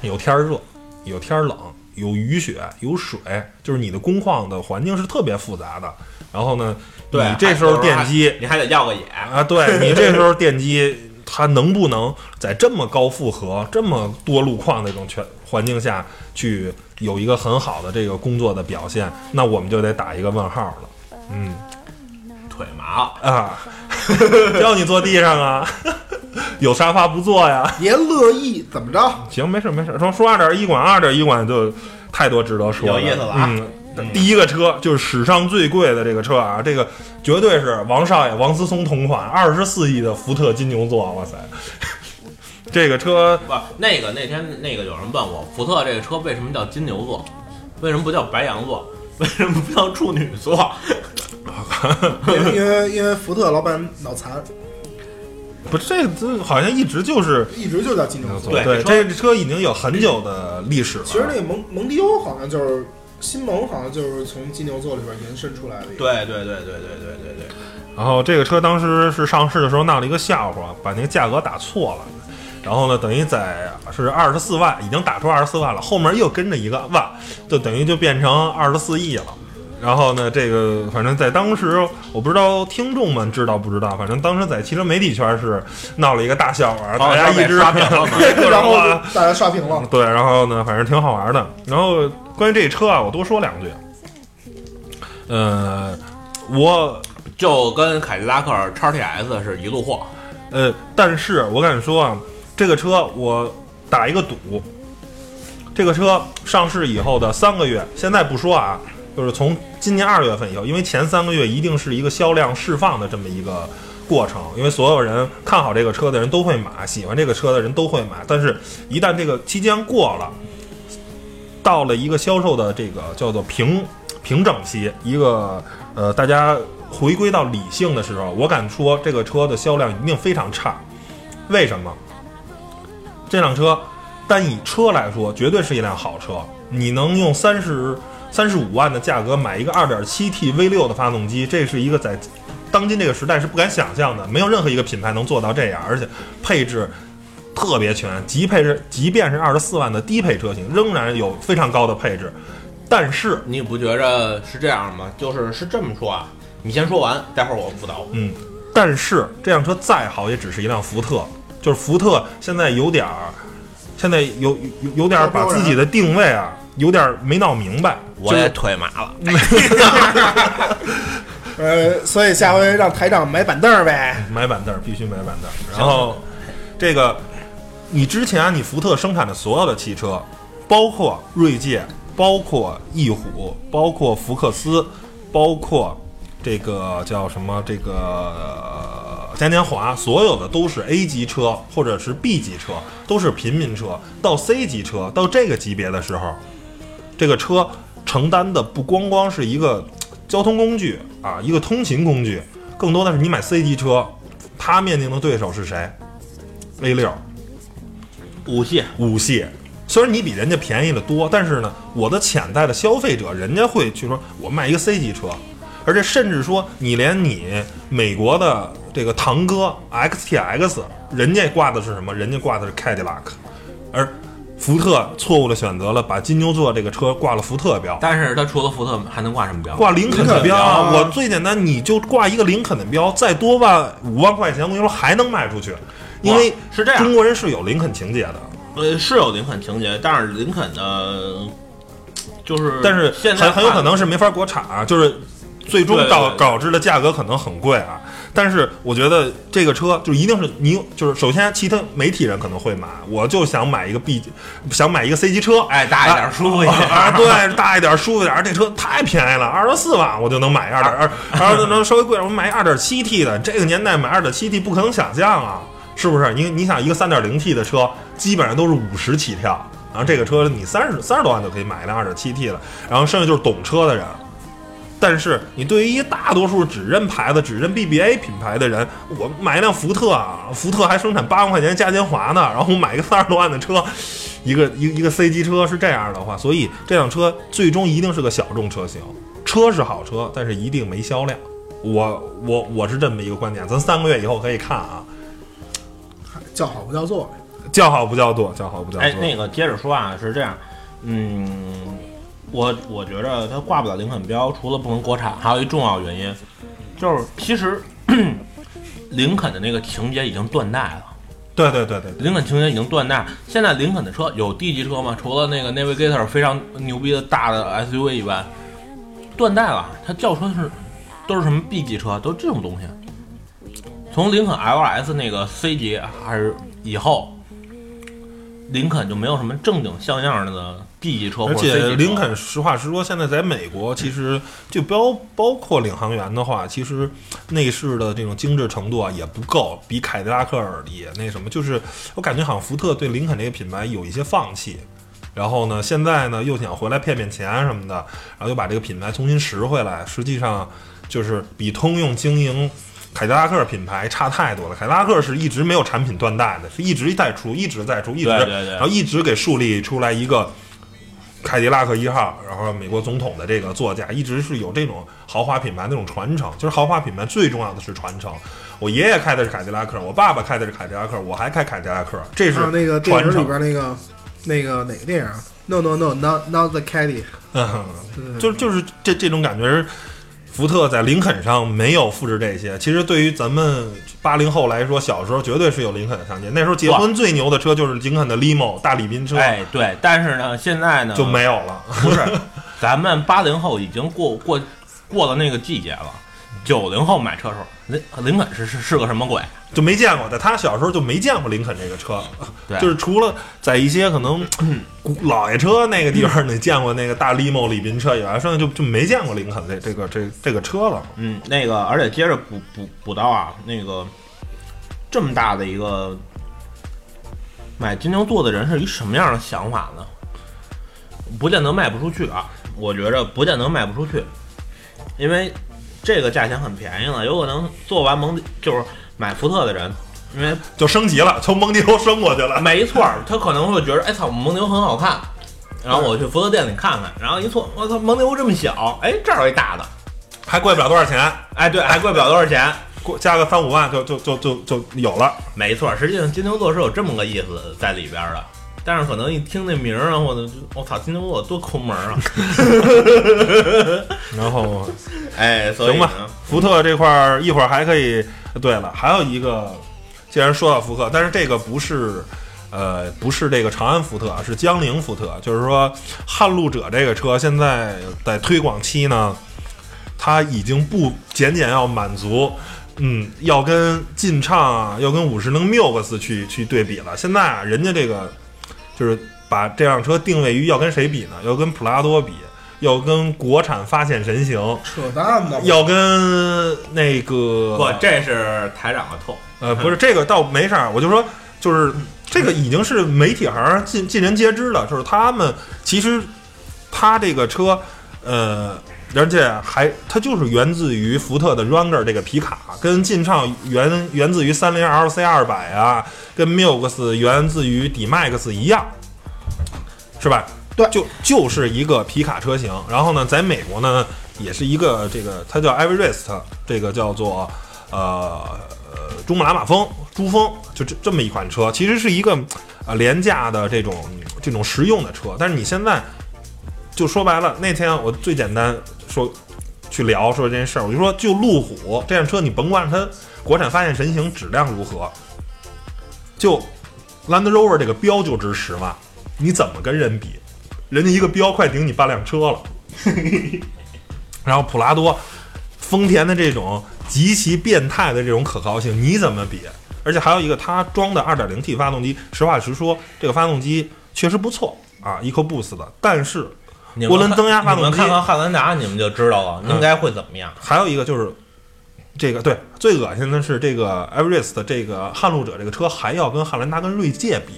S2: 有天儿热，有天儿冷，有雨雪，有水，就是你的工况的环境是特别复杂的。然后呢，
S5: 对，
S2: 你这时候电机
S5: 你还得要个眼，
S2: 啊，对你这时候电机它能不能在这么高负荷、这么多路况的这种全环境下去有一个很好的这个工作的表现，那我们就得打一个问号了。嗯
S5: 腿麻了。
S2: 啊， 叫你坐地上啊， 有沙发不坐呀。
S4: 别乐意怎 么着？
S2: 行，没事没事，说说二点一馆，二点一馆就太多值得说的，
S5: 有意思了啊
S2: 嗯。第一个车就是史上最贵的这个车啊，这个绝对是王少爷王思聪同款，二十四亿的福特金牛座，哇塞！这个车
S5: 不，那个那天那个有人问我，福特这个车为什么叫金牛座？为什么不叫白羊座？为什么不叫处女座？
S4: 因为因为福特老板脑残，
S2: 不，这这好像一直就是
S4: 一直就叫金牛座。
S5: 对
S2: 对，
S5: 这车
S2: 这车已经有很久的历史了。
S4: 其实那个蒙蒙迪欧好像就是新蒙，好像就是从金牛座里边延伸出来的一个。
S5: 对对对对对对对对，
S2: 然后这个车当时是上市的时候闹了一个笑话，把那个价格打错了。然后呢，等于在是二十四万，已经打出二十四万了，后面又跟着一个万，就等于就变成二十四亿了。然后呢，这个反正在当时，我不知道听众们知道不知道，反正当时在汽车媒体圈是闹了一个大笑话，大家一直
S5: 刷屏了嘛。
S2: 各种
S4: 然后
S2: 啊
S4: 就大家刷屏了。
S2: 对，然后呢，反正挺好玩的。然后关于这车啊，我多说两句。呃，我
S5: 就跟凯迪拉克 XTS 是一路货，
S2: 呃，但是我敢说啊，这个车我打一个赌，这个车上市以后的三个月，现在不说啊，就是从今年二月份以后，因为前三个月一定是一个销量释放的这么一个过程，因为所有人看好这个车的人都会买，喜欢这个车的人都会买，但是一旦这个期间过了，到了一个销售的这个叫做平平整期，一个呃大家回归到理性的时候，我敢说这个车的销量一定非常差。为什么？这辆车单以车来说，绝对是一辆好车。你能用三十三十五万的价格买一个二点七 T V 六的发动机，这是一个在当今这个时代是不敢想象的，没有任何一个品牌能做到这样，而且配置特别全，即配置即便是二十四万的低配车型，仍然有非常高的配置。但是，
S5: 你不觉着是这样吗？就是是这么说啊，你先说完，待会儿我辅导。
S2: 嗯，但是这辆车再好，也只是一辆福特，就是福特现在有点儿，现在有有有点儿把自己的定位啊，有点儿没闹明白。
S5: 我也腿麻了，
S4: 呃，所以下回让台长买板凳儿呗。
S2: 买板凳儿必须买板凳儿。然后这个，你之前你福特生产的所有的汽车，包括锐界，包括翼虎，包括福克斯，包括这个叫什么这个嘉年华，所有的都是 A 级车或者是 B 级车，都是平民车。到 C 级车到这个级别的时候，这个车承担的不光光是一个交通工具啊，一个通勤工具，更多的是你买 C 级车，它面临的对手是谁？A 六、
S5: 五系
S2: 五系。虽然你比人家便宜的多，但是呢，我的潜在的消费者，人家会去说，我买一个 C 级车，而且甚至说，你连你美国的这个堂哥 XTX，人家挂的是什么？人家挂的是凯迪拉克，而福特错误的选择了把金牛座这个车挂了福特标，
S5: 但是它除了福特还能挂什么标？
S2: 挂林肯的标，
S4: 啊
S2: 我最简单，你就挂一个林肯的标，再多万五万块钱，我跟你说还能卖出去，因为
S5: 哇是这样
S2: 中国人是有林肯情节的，
S5: 呃，是有林肯情节，但是林肯的，就是
S2: 但是
S5: 现在
S2: 很很有可
S5: 看
S2: 能是没法国产啊，就是最终
S5: 对
S2: 导
S5: 对对
S2: 导致的价格可能很贵啊。但是我觉得这个车就一定是你就是首先其他媒体人可能会买，我就想买一个 B，想买一个 C 级车，
S5: 哎大一点舒服一点
S2: 啊，对，大一点舒服点，这车太便宜了，二十四万我就能买二点二，二能稍微贵点，我买二点七 T 的，这个年代买二点七 T 不可能想象啊，是不是？你你想一个三点零 T 的车，基本上都是五十起跳，然后这个车你三十三十多万就可以买一辆二点七 T 的，然后剩下就是懂车的人。但是你对于一大多数只认牌子、只认 BBA 品牌的人，我买一辆福特啊，福特还生产八万块钱嘉年华呢，然后我买一个三十多万的车，一个一个一个 C 级车是这样的话，所以这辆车最终一定是个小众车型。车是好车，但是一定没销量。我我我是这么一个观点，咱三个月以后可以看啊，
S4: 叫好不叫座呗。
S2: 叫好不叫座，叫好不叫座。
S5: 哎，那个接着说啊，是这样，嗯，我我觉着它挂不了林肯标，除了不能国产，还有一重要原因，就是其实 林肯的那个情节已经断代了。
S2: 对对对对对，
S5: 林肯情节已经断代，现在林肯的车有 D 级车吗？除了那个 Navigator 非常牛逼的大的 SUV 以外，断代了。它轿车是都是什么 B 级车，都是这种东西。从林肯 LS 那个 C 级还是以后，林肯就没有什么正经像样的 D 级车或
S2: 而
S5: 者 C 级车。
S2: 且林肯，实话实说，现在在美国其实就包包括领航员的话，其实内饰的这种精致程度啊也不够，比凯迪拉克也那什么，就是我感觉好像福特对林肯这个品牌有一些放弃。然后呢，现在呢又想回来骗骗钱什么的，然后又把这个品牌重新拾回来。实际上就是比通用经营凯迪拉克品牌差太多了。凯迪拉克是一直没有产品断代的，是一直在出，一直在出，一直，
S5: 对对对
S2: 然后一直给树立出来一个凯迪拉克一号，然后美国总统的这个座驾，一直是有这种豪华品牌那种传承。就是豪华品牌最重要的是传承。我爷爷开的是凯迪拉克，我爸爸开的是凯迪拉克，我还开凯迪拉克，这是
S4: 还有啊那个电
S2: 传
S4: 影里
S2: 承。
S4: 边那个那个哪个电影啊？No No No Not Not the Caddy。
S2: 嗯，
S4: 对
S2: 就就是这这种感觉，福特在林肯上没有复制这些。其实对于咱们八零后来说，小时候绝对是有林肯的相见。那时候结婚最牛的车就是林肯的 limo 大礼宾车，
S5: 哎，对，但是呢，现在呢
S2: 就没有了。
S5: 不是，咱们八零后已经过过过了那个季节了。九零后买车时候，林林肯是是是个什么鬼？
S2: 就没见过，在他小时候就没见过林肯这个车，
S5: 对
S2: 就是除了在一些可能古老爷车那个地方你见过那个大 limo 礼宾车以外，剩下就就没见过林肯这这个这这个车了。
S5: 嗯，那个，而且接着补补补刀啊，那个这么大的一个买金牛座的人是一什么样的想法呢？不见得卖不出去啊，我觉着不见得卖不出去，因为这个价钱很便宜了，有可能做完蒙迪就是买福特的人，因为
S2: 就升级了，从蒙迪欧升过去了。
S5: 没错儿，他可能会觉得，哎操，蒙牛很好看，然后我去福特店里看看，然后一错，我操，蒙牛这么小，哎，这儿有一大的，
S2: 还贵不了多少钱，
S5: 哎，对，还贵不了多少钱。
S2: 过加个三五万就就就就就有了。
S5: 没错，实际上金牛座是有这么个意思在里边的，但是可能一听那名儿啊，或者就我操，金牛座多抠门儿啊！
S2: 然后
S5: 哎，所以
S2: 行
S5: 呢
S2: 吧，福特这块儿一会儿还可以。对了，还有一个，既然说到福特，但是这个不是，呃，不是这个长安福特，啊是江铃福特。就是说，撼路者这个车现在在推广期呢，它已经不仅仅要满足，嗯，要跟劲畅啊，要跟五十铃 Mux 去去对比了。现在啊，人家这个就是把这辆车定位于要跟谁比呢？要跟普拉多比，要跟国产发现神行，
S4: 扯淡吧
S2: 要跟那
S5: 不
S2: 个，
S5: 这是台长的痛。
S2: 呃，不是这个倒没啥，我就说就是这个已经是媒体行尽尽人皆知了，就是他们其实他这个车，呃，而且还它就是源自于福特的 Ranger 这个皮卡，跟劲畅源源自于三菱 LC 二百啊，跟 Mux 源自于 D-Max 一样，是吧？
S4: 对
S2: 就就是一个皮卡车型。然后呢，在美国呢，也是一个这个，它叫 Everest，这个叫做呃呃珠穆朗玛峰珠峰，就这这么一款车，其实是一个呃廉价的这种这种实用的车。但是你现在就说白了，那天我最简单说去聊说这件事儿，我就说就路虎这辆车，你甭管它国产发现神行质量如何，就 Land Rover 这个标就值十万，你怎么跟人比？人家一个标快顶你半辆车了。 然后普拉多、丰田的这种极其变态的这种可靠性，你怎么比？而且还有一个，它装的 2.0T 发动机，实话实说，这个发动机确实不错啊，EcoBoost 的，但是
S5: 你们
S2: 涡轮增压
S5: 看
S2: 发动机
S5: 你们看看汉兰达，你们就知道了，应该会怎么样。
S2: 还有一个就是这个对最恶心的是这个 Everest 这个撼路者这个车还要跟汉兰达跟锐界比，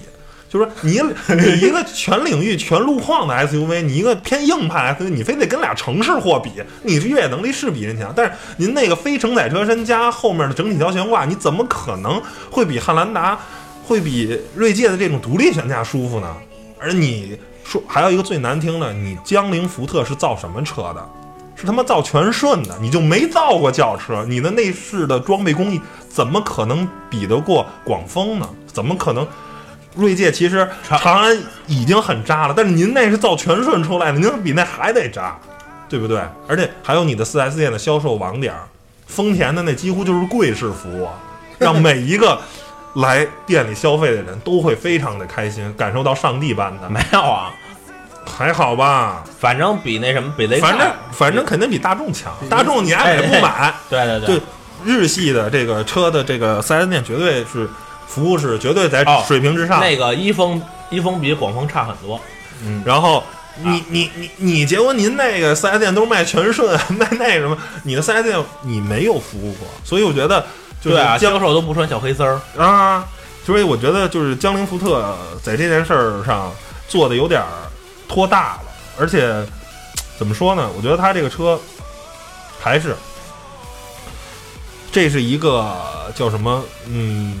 S2: 就是说你你一个全领域全路况的 SUV，你一个偏硬派 SUV，你非得跟俩城市货比，你越野能力是比人强，但是您那个非承载车身加后面的整体条悬挂，你怎么可能会比汉兰达会比锐界的这种独立悬架舒服呢？而你说还有一个最难听的，你江铃福特是造什么车的？是他妈造全顺的，你就没造过轿车，你的内饰的装备工艺怎么可能比得过广丰呢？怎么可能？锐界其实长安已经很渣了，但是您那是造全顺出来的，您比那还得渣，对不对？而且还有你的 4S 店的销售网点儿，丰田的那几乎就是贵式服务啊，让每一个来店里消费的人都会非常的开心，感受到上帝般的，
S5: 没有啊，
S2: 还好吧？
S5: 反正比那什么，比雷克
S2: 反正反正肯定比大众强，大众你爱买不买？
S5: 对对
S2: 对，日系的这个车的这个 4S 店绝对是服务是绝对在
S5: 哦
S2: 水平之上。嗯
S5: 那嗯个一峰一峰比广丰差很多。
S2: 然
S5: 啊
S2: 后你你你你，结果您那个 4S 店都卖全顺， 卖那什么，你的 4S 店你没有服务过，所以我觉得就是
S5: 对啊，
S2: 江
S5: 销售都不穿小黑丝儿。
S2: 啊，所以我觉得就是江铃福特在这件事儿上做的有点儿拖大了，而且怎么说呢？我觉得他这个车还是这是一个叫什么？嗯，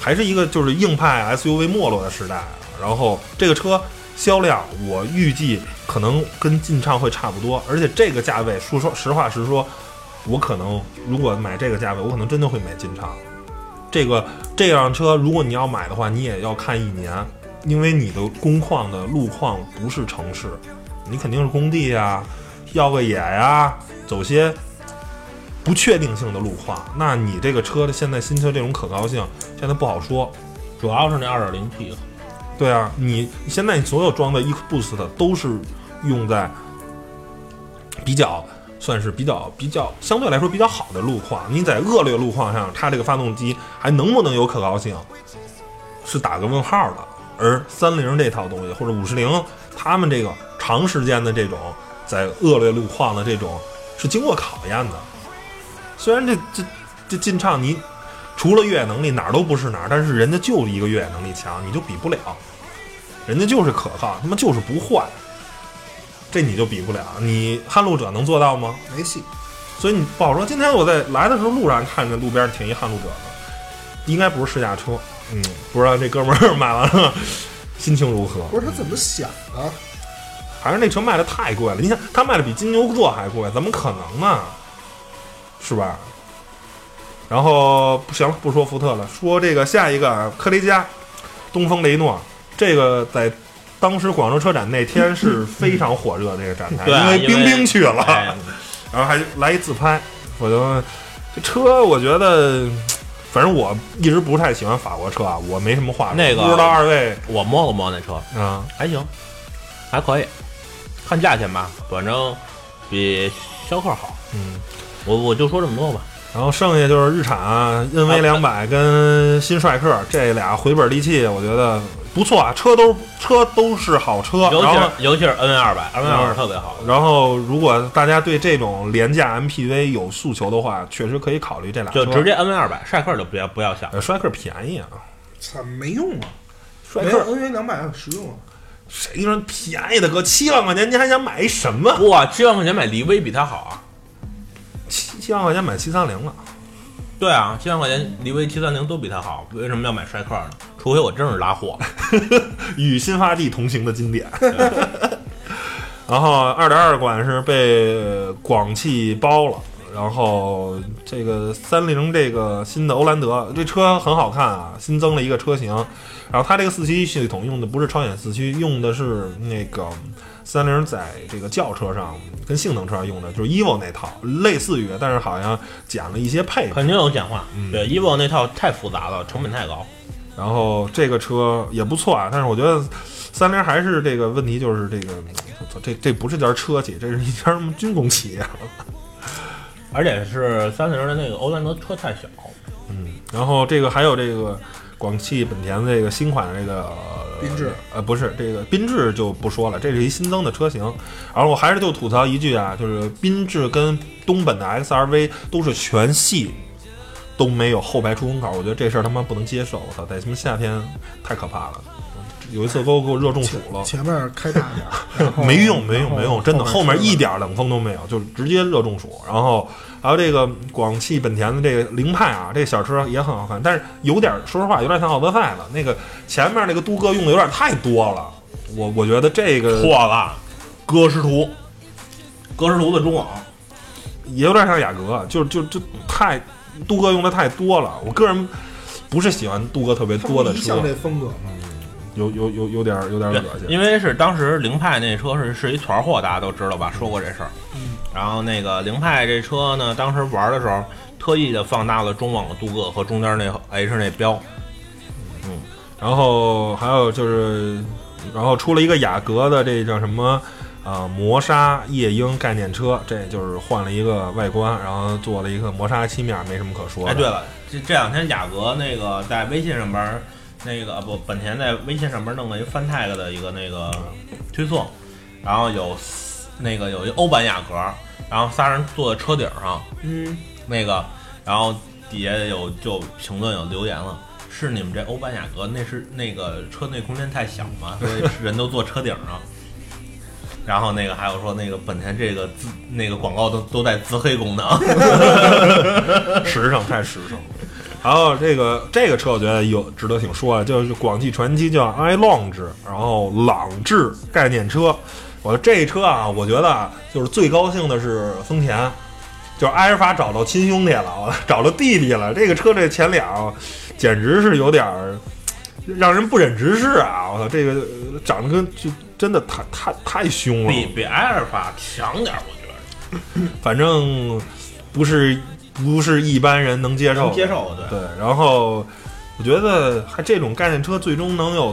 S2: 还是一个就是硬派 SUV 没落的时代啊。然后这个车销量，我预计可能跟劲畅会差不多，而且这个价位，说说实话实说，我可能如果买这个价位，我可能真的会买劲畅。这个这辆车，如果你要买的话，你也要看一年，因为你的工况的路况不是城市，你肯定是工地呀、要个野呀、走些不确定性的路况。那你这个车的现在新车这种可靠性，现在不好说。
S5: 主要是那二点零 T，
S2: 对啊，你现在你所有装的 EcoBoost 的都是用在比较算是比较比较相对来说比较好的路况。你在恶劣路况上，它这个发动机还能不能有可靠性，是打个问号的。而三菱这套东西或者五十铃，他们这个长时间的这种在恶劣路况的这种是经过考验的。虽然这这这进畅你除了越野能力哪儿都不是哪儿，但是人家就一个越野能力强，你就比不了。人家就是可靠，他妈就是不坏，这你就比不了。你撼路者能做到吗？
S4: 没戏。
S2: 所以你不好说。今天我在来的时候路上看见路边停一撼路者的，应该不是试驾车。嗯，不知道这哥们儿 买完了心情如何。
S4: 不是他怎么想啊的？
S2: 还是那车卖的太贵了。你想，他卖的比金牛座还贵，怎么可能呢？是吧？然后不行了，不说福特了，说这个下一个啊科雷嘉，东风雷诺，这个在当时广州车展那天是非常火热的这个展台，
S5: 对
S2: 因
S5: 啊
S2: 为
S5: 因
S2: 冰
S5: 为
S2: 冰去了，
S5: 哎
S2: 然后还来一自拍，我就这车我觉得。反正我一直不太喜欢法国车啊，我没什么话说。
S5: 那个嗯
S2: 不知道二位
S5: 我摸了摸那车，
S2: 啊，
S5: 还行，还可以，看价钱吧，反正比逍客好。
S2: 嗯，
S5: 我我就说这么多吧。
S2: 然后剩下就是日产啊、n v 两百跟新帅克这俩回本利器，我觉得不错啊，车都车都是好车。
S5: 尤
S2: 哦然
S5: 其
S2: 后嗯
S5: 是，尤其是 N 二百，N 二
S2: 200
S5: 百特别好。
S2: 然后如果大家对这种廉价 MPV 有诉求的话，确实可以考虑这俩车。
S5: 就直接 N 二百，帅克就不要不要想了。
S2: 呃，帅克便宜啊，
S4: 操，没用啊！
S2: 帅
S4: 没有
S2: 克
S4: NV 两百实用啊！
S2: 谁说便宜的哥七万块钱，您还想买一什么？
S5: 哇，七万块钱买骊威比它好啊！
S2: 七七万块钱买七三零了，
S5: 对啊，七万块钱骊威七三零都比它好，为什么要买帅克呢？除非我真是拉 货。
S2: 与新发地同行的经典。 然后二点二款是被广汽包了，然后这个三菱这个新的欧蓝德这车很好看啊，新增了一个车型，然后它这个四驱系统用的不是超显四驱，用的是那个三菱在这个轿车上跟性能车上用的，就是 EVO 那套，类似于，但是好像减了一些配置。
S5: 肯定有简化。
S2: 嗯
S5: 对，EVO 那套太复杂了，成本太高。
S2: 然后这个车也不错啊，但是我觉得三菱还是这个问题，就是这个，我操这这不是家车企，这是一家什么军工企业了。
S5: 而且是三菱的那个欧蓝德车太小，
S2: 嗯，然后这个还有这个广汽本田的这个新款的这个呃
S4: 缤智
S2: 呃不是这个缤智就不说了，这是一新增的车型。然后我还是就吐槽一句啊，就是缤智跟东本的 XRV 都是全系都没有后排出风口，我觉得这事儿他妈不能接受，我操，在他妈夏天太可怕了。有一次给我给我热中暑了，
S4: 前面开大点 儿，嗯然后
S2: 没用，没用，没用，真的，后面一
S4: 点。
S2: 点儿冷风都没有，就直接热中暑。然后还有这个广汽本田的这个凌派啊，这小车也很好看，但是有点儿，说实话，有点像奥德赛了。那个前面那个镀铬用的有点太多了，我我觉得这
S5: 错
S2: 个
S5: 了。歌诗图，歌诗图的中网，
S2: 也有点像雅阁，啊就就就太镀铬用的太多了。我个人不是喜欢镀铬特别
S4: 他
S2: 多的
S4: 不
S2: 车
S4: 像，这风格吗？
S2: 有有有有点儿有点儿
S5: 对
S2: 恶，心。
S5: 因为是当时凌派那车是是一团货，大家都知道吧，说过这事儿。然后那个凌派这车呢，当时玩的时候特意的放大了中网的镀铬和中间那 H 那标，
S2: 然后还有就是，然后出了一个雅阁的这叫什么？啊，磨砂夜鹰概念车，这就是换了一个外观，然后做了一个磨砂漆面，没什么可说的。
S5: 哎，对，了，这这两天雅阁那个在微信上边儿，那个啊不，本田在微信上边儿弄了一个 f a n t a g 的一个那个推送，然后有四那个有一欧版雅阁，然后仨人坐在车顶上，
S4: 嗯，
S5: 那个，然后底下有就评论有留言了。是你们这欧版雅阁那是那个车内空间太小 嘛，所以人都坐车顶上。然后那个还有说那个本田这个自那个广告都都带自黑 功能，
S2: 时尚太时尚了。然后这个这个车我觉得有值得挺说的，就是广汽传祺叫 i Lounge，然后朗志概念车。我这车啊，我觉得啊，就是最高兴的是丰田，就是埃尔法找到亲兄弟了，我找到弟弟了。这个车这前脸啊简直是有点儿让人不忍直视啊！我操，这个呃长得跟就真的太太太凶了，
S5: 比比埃尔法强点儿，我觉得
S2: 反正不是不是一般人能接受
S5: 能
S2: 的
S5: 接受，对。
S2: 对，然后我觉得还这种概念车最终能有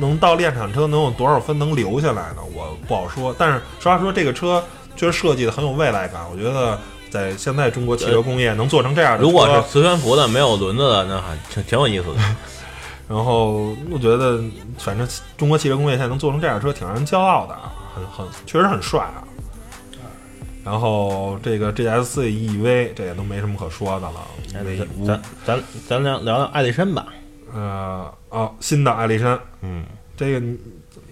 S2: 能到量产车能有多少分能留下来呢？我不好说。但是实话说，这个车确实设计的很有未来感。我觉得在现在中国汽车工业能做成这样的车，
S5: 呃如果是磁悬浮的，没有轮子的，那还挺挺有意思的。
S2: 然后我觉得，反正中国汽车工业现在能做成这样的车，挺让人骄傲的，啊，很很确实很帅啊。然后这个 GS 四 EV 这也都没什么可说的了，因为
S5: 咱咱咱咱聊聊聊爱丽绅吧。
S2: 呃哦新的艾力绅，
S5: 嗯，
S2: 这个你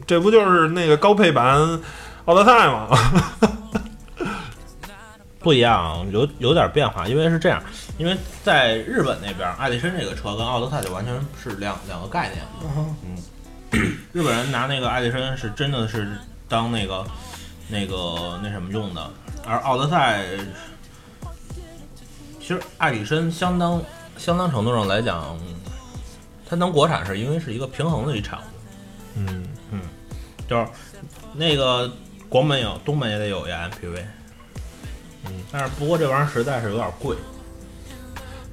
S2: 这不就是那个高配版奥德赛吗？
S5: 不一样，有有点变化，因为是这样，因为在日本那边，艾力绅这个车跟奥德赛就完全是两两个概念。
S4: 啊
S5: 日本人拿那个爱迪生是真的是当那个那个那什么用的，而奥德赛其实爱迪生相当相当程度上来讲，它能国产是因为是一个平衡的一产物，
S2: 嗯嗯，
S5: 就是那个广本有，东本也得有一个 MPV，
S2: 嗯，
S5: 但是不过这玩意儿实在是有点贵，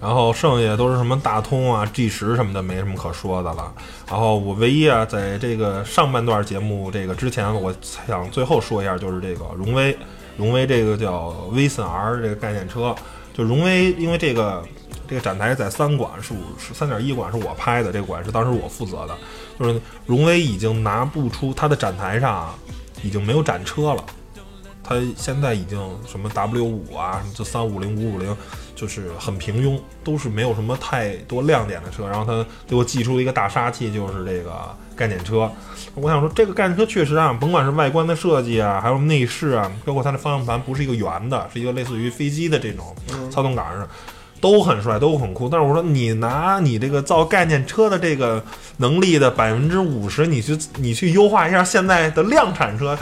S2: 然后剩下都是什么大通啊、G 十什么的，没什么可说的了。然后我唯一啊，在这个上半段节目这个之前，我想最后说一下，就是这个荣威，荣威这个叫 Vision R 这个概念车，就荣威，因为这个这个展台在三馆是我是三点一馆是我拍的，这个馆是当时我负责的，就是荣威已经拿不出它的展台上啊已经没有展车了。它现在已经什么 W 五啊，什么这三五零、五五零，就是很平庸，都是没有什么太多亮点的车。然后它给我寄出一个大杀器，就是这个概念车。我想说，这个概念车确实啊，甭管是外观的设计啊，还有内饰啊，包括它的方向盘不是一个圆的，是一个类似于飞机的这种
S5: 嗯
S2: 操纵杆上。都很帅，都很酷。但是我说，你拿你这个造概念车的这个能力的百分之五十，你去你去优化一下现在的量产车，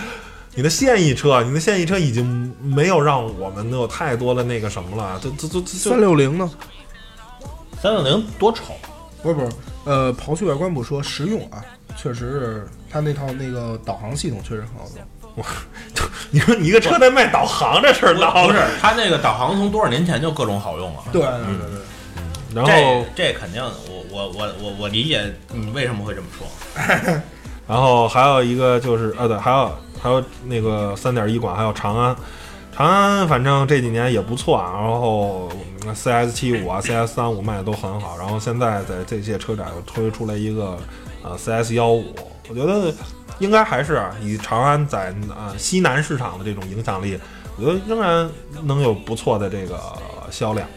S2: 你的现役车，你的现役车已经没有让我们能有太多的那个什么了，这这这这
S4: 三六零呢？
S5: 三六零多丑，
S4: 不是不是，呃，刨去外观不说，实用啊，确实是它那套那个导航系统确实很好用。
S2: 你说你一个车在卖导航这事儿闹的
S5: 不是，它那个导航从多少年前就各种好用了，
S4: 对对对对，
S2: 然后
S5: 这这肯定的，我我我我我理解你为什么会这么说，
S2: 然后还有一个就是呃、对，还有还有那个三点一馆，还有长安，长安反正这几年也不错啊。然后 CS 七五啊，CS 三五卖的都很好。然后现在在这些车展又推出来一个呃 CS 幺五，我觉得应该还是啊以长安在呃西南市场的这种影响力，我觉得仍然能有不错的这个销量。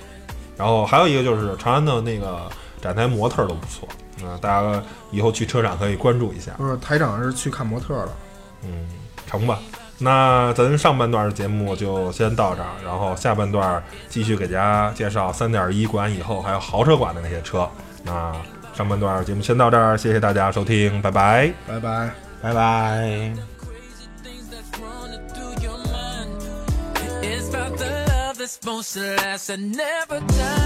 S2: 然后还有一个就是长安的那个展台模特儿都不错啊、大家以后去车展可以关注一下。
S4: 不是台长是去看模特了。
S2: 嗯，成吧。那咱上半段节目就先到这儿，然后下半段继续给大家介绍三点一馆以后还有豪车馆的那些车。那上半段节目先到这儿，谢谢大家收听，拜拜。
S4: 拜拜。
S5: 拜拜。
S6: crazy things that's running through your mind. It's about the love that's supposed to last and never die.